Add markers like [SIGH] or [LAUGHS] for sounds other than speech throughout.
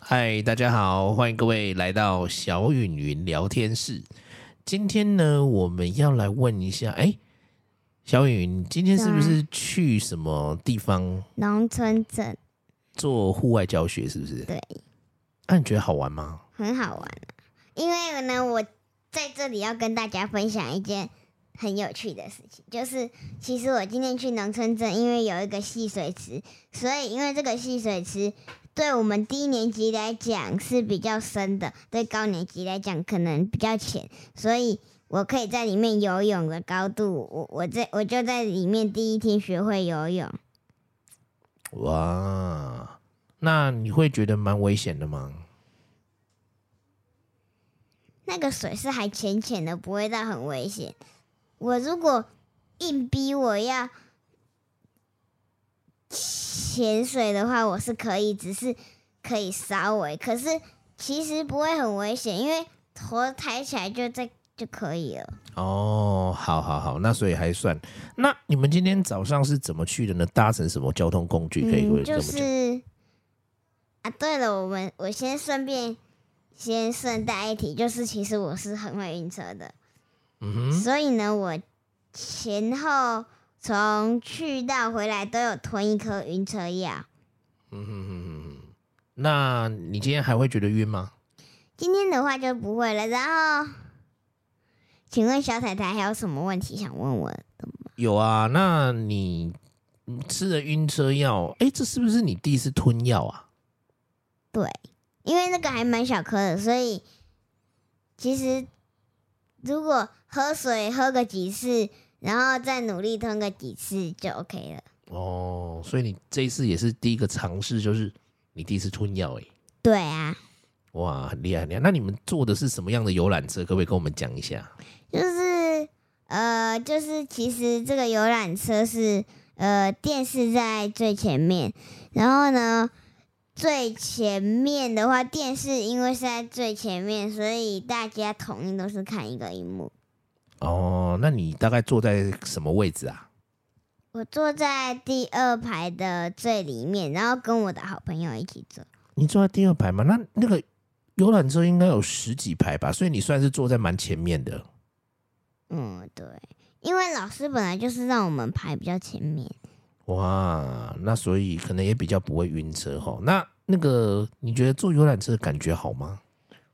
嗨，大家好，欢迎各位来到小允云聊天室。今天呢，我们要来问一下，哎，小允，你今天是不啊是去什么地方农村镇做户外教学？是不是？对，那、你觉得好玩吗？很好玩、啊、因为呢，我在这里要跟大家分享一件很有趣的事情，就是其实我今天去农村镇，因为有一个戏水池，所以因为这个戏水池对我们低年级来讲是比较深的，对高年级来讲可能比较浅，所以。我可以在里面游泳的高度，我我在我就在里面第一天学会游泳，哇，那你会觉得蛮危险的吗？那个水是还浅浅的，不会到很危险。我如果硬逼我要潜水的话，我是可以，只是可以稍微，可是其实不会很危险，因为头抬起来就在就可以了。哦，好好好，那所以还算。那你们今天早上是怎么去的呢？搭乘什么交通工具？可以跟我这嗯就么讲？是啊，对了，我们我先顺便先顺带一提，就是其实我是很会晕车的。嗯哼，所以呢，我前后从去到回来都有吞一颗晕车药。嗯哼哼哼哼。那你今天还会觉得晕吗？今天的话就不会了。然后，请问小彩彩还有什么问题想问我？有啊，那你嗯吃了晕车药，哎、这是不是你第一次吞药啊？对，因为那个还蛮小颗的，所以其实如果喝水喝个几次，然后再努力吞个几次就 OK 了。哦，所以你这一次也是第一个尝试，就是你第一次吞药、诶，对啊，哇，很厉害，很厉害。那你们坐的是什么样的游览车？可不可以跟我们讲一下？就是呃，就是其实这个游览车是呃电视在最前面，然后呢最前面的话，电视因为是在最前面，所以大家统一都是看一个荧幕。哦，那你大概坐在什么位置啊？我坐在第二排的最里面，然后跟我的好朋友一起坐。你坐在第二排吗？那那个游览车应该有十几排吧，所以你算是坐在蛮前面的。嗯，对，因为老师本来就是让我们排比较前面。哇，那所以可能也比较不会晕车哈。那那个你觉得坐游览车的感觉好吗？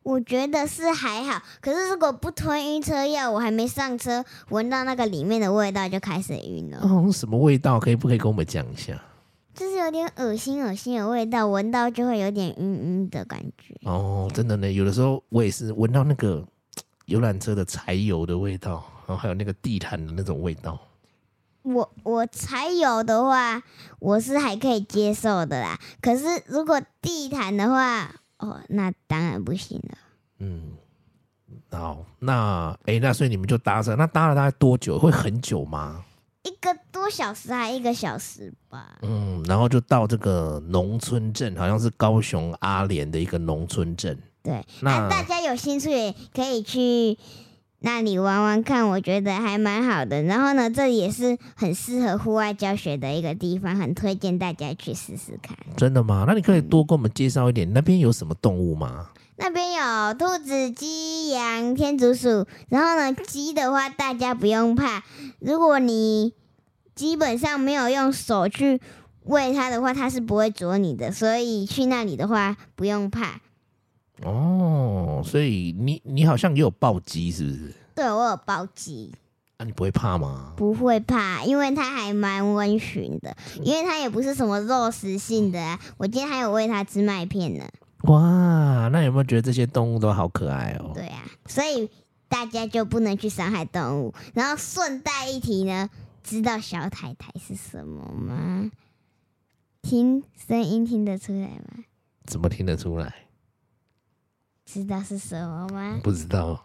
我觉得是还好，可是如果不吞晕车药，我还没上车，闻到那个里面的味道就开始晕了，哦，什么味道？可以不可以跟我们讲一下？ [LAUGHS] 就是有点恶心恶心的味道，闻到就会有点晕晕的感觉。哦，真的呢，有的时候我也是闻到那个嘖游览车的柴油的味道，然后还有那个地毯的那种味道。我我柴油的话，我是还可以接受的啦，可是如果地毯的话，哦，那当然不行了。嗯，好，那哎、诶那所以你们就搭车，那搭了大概多久？会很久吗？一个多小时还一个小时吧，嗯，然后就到这个农村镇，好像是高雄阿莲的一个农村镇。对。那那大家有兴趣也可以去那里玩玩看，我觉得还蛮好的。然后呢，这里也是很适合户外教学的一个地方，很推荐大家去试试看。真的吗？那你可以多跟我们介绍一点，那边有什么动物吗？那边有兔子、鸡、羊、天竺鼠。然后呢，鸡的话大家不用怕，如果你基本上没有用手去喂它的话，它是不会啄你的。所以去那里的话不用怕。哦，所以你你好像也有暴击，是不是？对我有包鸡。啊，你不会怕吗？不会怕，因为它还蛮温驯的，因为它也不是什么肉食性的、啊。我今天还有喂它吃麦片呢。哇，那有没有觉得这些动物都好可爱哦？对啊，所以大家就不能去伤害动物。然后顺带一提呢，知道小太太是什么吗？听声音听得出来吗？怎么听得出来？知道是什么吗？不知道，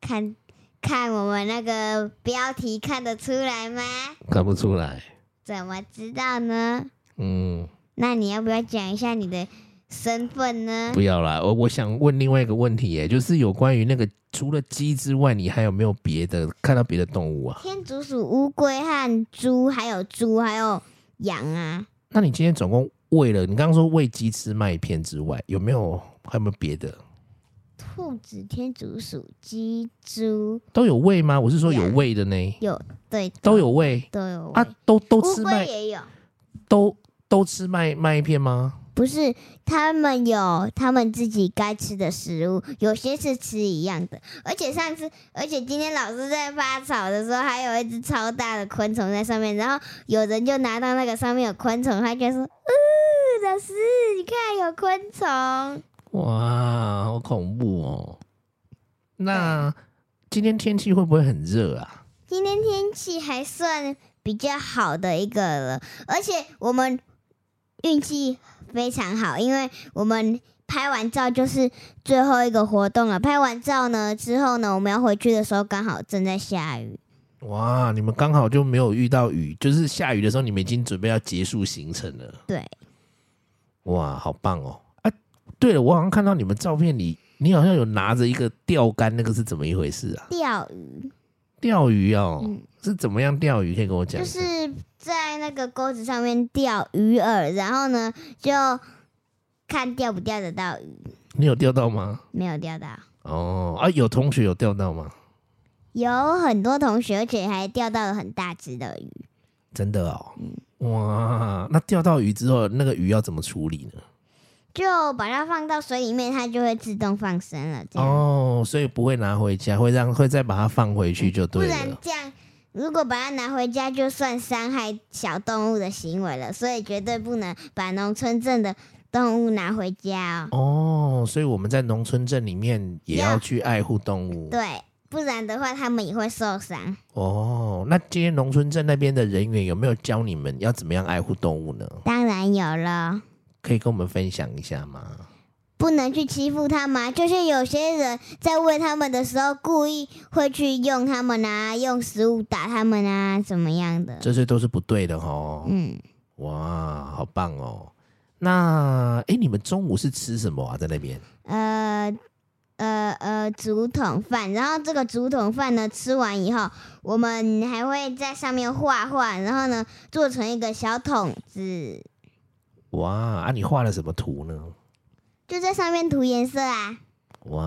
看看我们那个标题看得出来吗？看不出来。怎么知道呢？嗯，那你要不要讲一下你的身份呢？不要啦，我我想问另外一个问题耶，就是有关于那个除了鸡之外，你还有没有别的看到别的动物啊？天竺鼠、乌龟和猪，还有猪，还有羊啊。那你今天总共为了你刚刚说喂鸡吃麦片之外，有没有还有没有别的兔子、天竺鼠、鸡、猪都有喂吗？我是说有有喂的呢，有对都有喂都有啊喂，都都乌吃龟麦也有，都都吃麦麦片吗？不是他们有他们自己该吃的食物，有些是吃一样的。而且上次，而且今天老师在发草的时候，还有一只超大的昆虫在上面，然后有人就拿到那个上面有昆虫，他就说：“嗯，老师，你看有昆虫。哇，好恐怖哦！那今天天气会不会很热啊？”今天天气还算比较好的一个了，而且我们运气非常好，因为我们拍完照就是最后一个活动了。拍完照呢之后呢，我们要回去的时候刚好正在下雨。哇，你们刚好就没有遇到雨，就是下雨的时候，你们已经准备要结束行程了。对，哇，好棒哦！啊，对了，我好像看到你们照片里，你好像有拿着一个钓竿，那个是怎么一回事啊？钓鱼钓鱼哦，嗯是怎么样钓鱼？可以跟我讲就一下？是在那个钩子上面钓鱼饵，然后呢就看钓不钓得到鱼，你有钓到吗？没有钓到。哦，啊，有同学有钓到吗？有很多同学，而且还钓到了很大只的鱼。真的哦，嗯哇，那钓到鱼之后，那个鱼要怎么处理呢？就把它放到水里面，它就会自动放生了。这样，哦，所以不会拿回家，会让会再把它放回去就不对然了。这样，如果把它拿回家，就算伤害小动物的行为了。所以绝对不能把农村镇的动物拿回家哦。哦，所以我们在农村镇里面也要要去爱护动物。对，不然的话，它们也会受伤。哦，那今天农村镇那边的人员有没有教你们要怎么样爱护动物呢？当然有了。可以跟我们分享一下嗯吗？不能去欺负它们啊，就是有些人在喂它们的时候，故意会去用它们啊，用食物打它们啊，怎么样的？这些都是不对的哦。嗯，哇，好棒哦！那哎，诶你们中午是吃什么啊？在那边呃呃呃竹筒饭，然后这个竹筒饭呢，吃完以后，我们还会在上面画画，然后呢做成一个小桶子，哇啊，你画了什么图呢？就在上面涂颜色啊。哇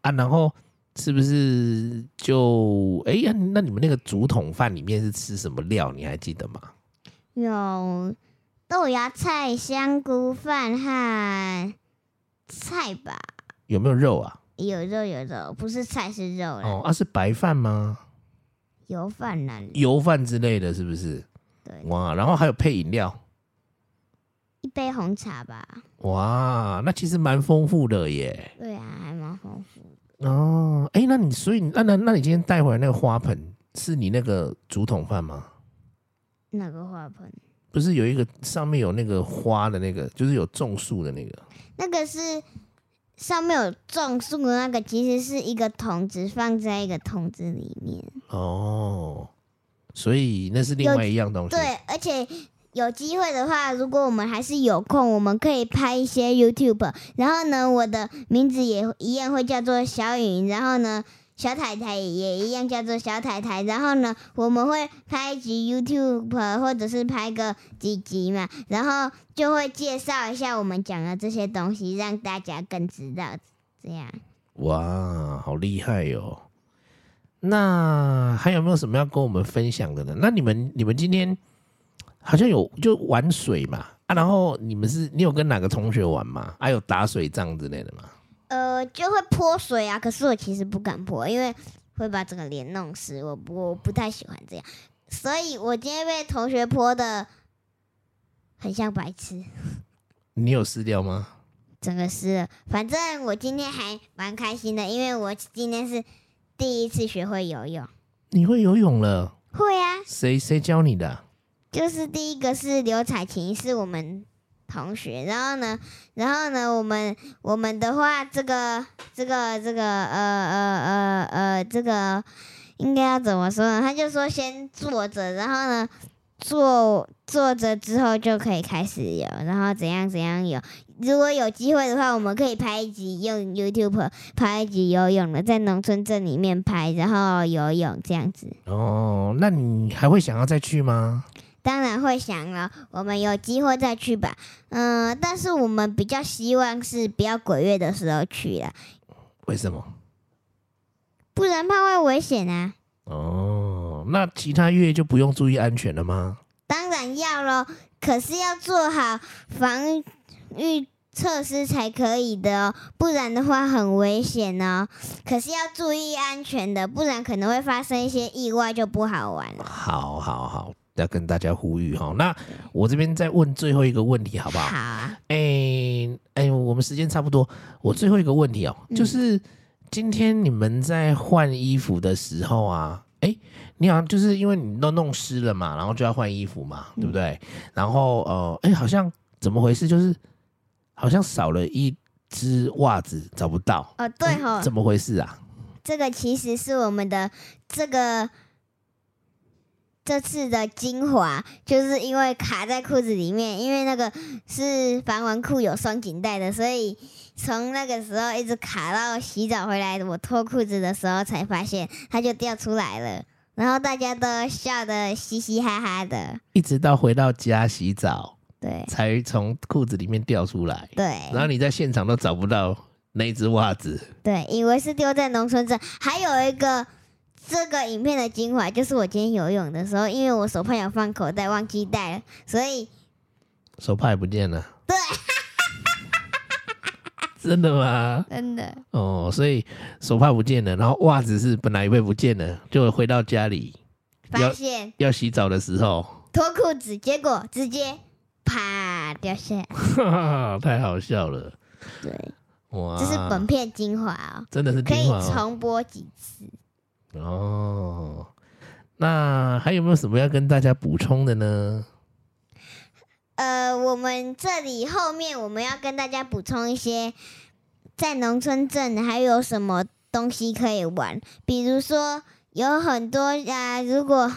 啊，然后是不是就哎呀、那你们那个竹筒饭里面是吃什么料？你还记得吗？有豆芽菜、香菇饭和菜吧，有没有肉啊？有肉有肉，不是菜是肉了，哦，啊是白饭吗？油饭啦，油饭之类的，是不是？对，哇，然后还有配饮料，一杯红茶吧。哇，那其实蛮丰富的耶。对啊，还蛮丰富。哦，哎，那你所以那那那你今天带回来那个花盆是你那个竹筒饭吗？那个花盆，不是有一个上面有那个花的那个，就是有种树的那个。那个是上面有种树的那个，其实是一个桶子放在一个桶子里面。哦，所以那是另外一样东西。对，而且有机会的话，如果我们还是有空，我们可以拍一些 YouTube。然后呢，我的名字也一样会叫做小雨，然后呢。小太太也一样叫做小太太，然后呢，我们会拍一集 YouTube 或者是拍个几集嘛，然后就会介绍一下我们讲的这些东西，让大家更知道这样。哇，好厉害哟、哦！那还有没有什么要跟我们分享的呢？那你们你们今天好像有就玩水嘛啊，然后你们是你有跟哪个同学玩吗？还、有打水仗之类的吗？呃，就会泼水啊。可是我其实不敢泼，因为会把整个脸弄湿。我不我不太喜欢这样，所以我今天被同学泼的很像白痴，你有撕掉吗？整个湿了。反正我今天还蛮开心的，因为我今天是第一次学会游泳。你会游泳了？会啊，谁谁教你的啊、就是第一个是刘彩琴，是我们同学。然后呢，然后呢，我们我们的话，这个这个这个呃呃呃呃，这个应该要怎么说呢？他就说先坐着，然后呢坐坐着之后就可以开始游，然后怎样怎样游。如果有机会的话，我们可以拍一集用 YouTube 拍一集游泳的，在农村镇里面拍，然后游泳这样子。哦，那你还会想要再去吗？当然会想了，我们有机会再去吧。嗯、但是我们比较希望是不要鬼月的时候去了，为什么？不然怕会危险啊。哦，那其他月就不用注意安全了吗？当然要喽，可是要做好防御措施才可以的哦，不然的话很危险哦。可是要注意安全的，不然可能会发生一些意外，就不好玩了。好，好，好，要跟大家呼吁哈。那我这边再问最后一个问题，好不好？啊，哎、哎、我们时间差不多，我最后一个问题哦，嗯就是今天你们在换衣服的时候啊，哎、你好像就是因为你都弄湿了嘛，然后就要换衣服嘛，嗯对不对？然后呃，哎、好像怎么回事？就是好像少了一只袜子，找不到。哦对吼、嗯怎么回事啊？这个其实是我们的这个这次的精华，就是因为卡在裤子里面，因为那个是防蚊裤有双紧带的，所以从那个时候一直卡到洗澡回来，我脱裤子的时候才发现它就掉出来了，然后大家都笑得嘻嘻哈哈的，一直到回到家洗澡，对才从裤子里面掉出来，然对后你在现场都找不到那只袜子。对，以为是丢在农村镇，还有一个。这个影片的精华就是我今天游泳的时候，因为我手帕有放口袋，忘记带了，所以手帕也不见了。对， [LAUGHS] 真的吗？真的，哦，所以手帕不见了，然后袜子是本来以为不见了，就回到家里 [LAUGHS] 发现要洗澡的时候， [LAUGHS] 脱裤子，结果直接啪掉下来。哈哈，太好笑了。对，哇，这是本片精华哦，真的是可听以话哦。重播几次。哦，那还有没有什么要跟大家补充的呢？呃，我们这里后面我们要跟大家补充一些，在农村镇还有什么东西可以玩，比如说有很多啊、如果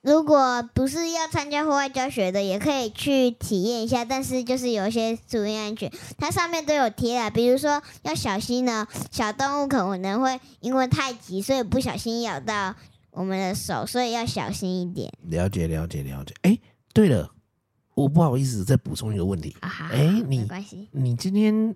如果不是要参加户外教学的，也可以去体验一下，但是就是有一些注意安全，它上面都有贴了，比如说要小心呢，小动物可能会因为太急，所以不小心咬到我们的手，所以要小心一点了解，了解，了解。哎、对了，我不好意思再补充一个问题，啊哈。哎你没关系。你今天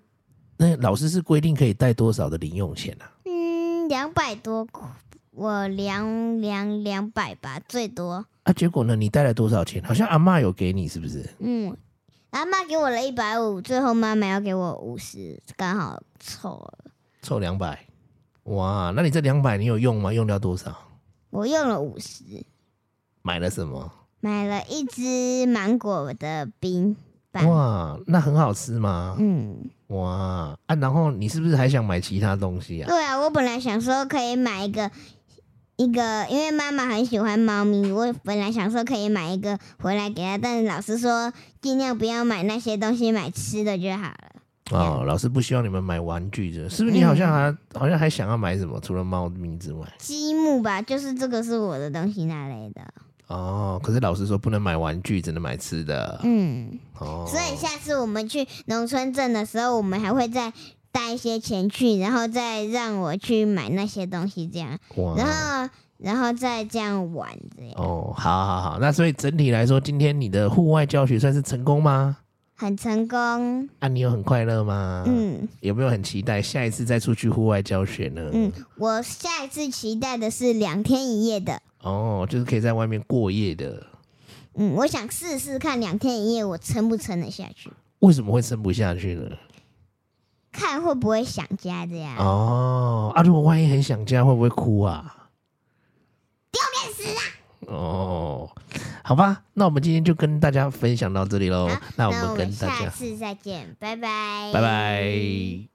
那老师是规定可以带多少的零用钱啊？嗯，两百多块，我量量两百吧，最多。啊，结果呢？你带了多少钱？好像阿嬷有给你，是不是？嗯，阿妈给我了一百五，最后妈妈要给我五十，刚好凑了。凑两百。哇，那你这两百你有用吗？用掉多少？我用了五十，买了什么？买了一只芒果的冰棒。哇，那很好吃吗？嗯，哇啊！然后你是不是还想买其他东西啊？对啊，我本来想说可以买一个一个，因为妈妈很喜欢猫咪，我本来想说可以买一个回来给她，但是老师说尽量不要买那些东西，买吃的就好了。哦，老师不希望你们买玩具的，是不嗯是？你好像还、好像还想要买什么？除了猫咪之外，积木吧，就是这个是我的东西那类的。哦，可是老师说不能买玩具，只能买吃的。嗯，哦，所以下次我们去农村镇的时候，我们还会再带一些钱去，然后再让我去买那些东西，这样，哇然后然后再这样玩，欸这样哦，好好好，那所以整体来说，今天你的户外教学算是成功吗？很成功。啊，你有很快乐吗？，嗯有没有很期待下一次再出去户外教学呢？嗯，我下一次期待的是两天一夜的。哦，就是可以在外面过夜的。嗯，我想试试看两天一夜我撑不撑得下去，为什么会撑不下去呢？看会不会想家这样。哦，啊，如果万一很想家，会不会哭啊？丢脸死啊！哦，好吧，那我们今天就跟大家分享到这里喽好。那我那们我跟们大下家次再见，拜拜，拜拜。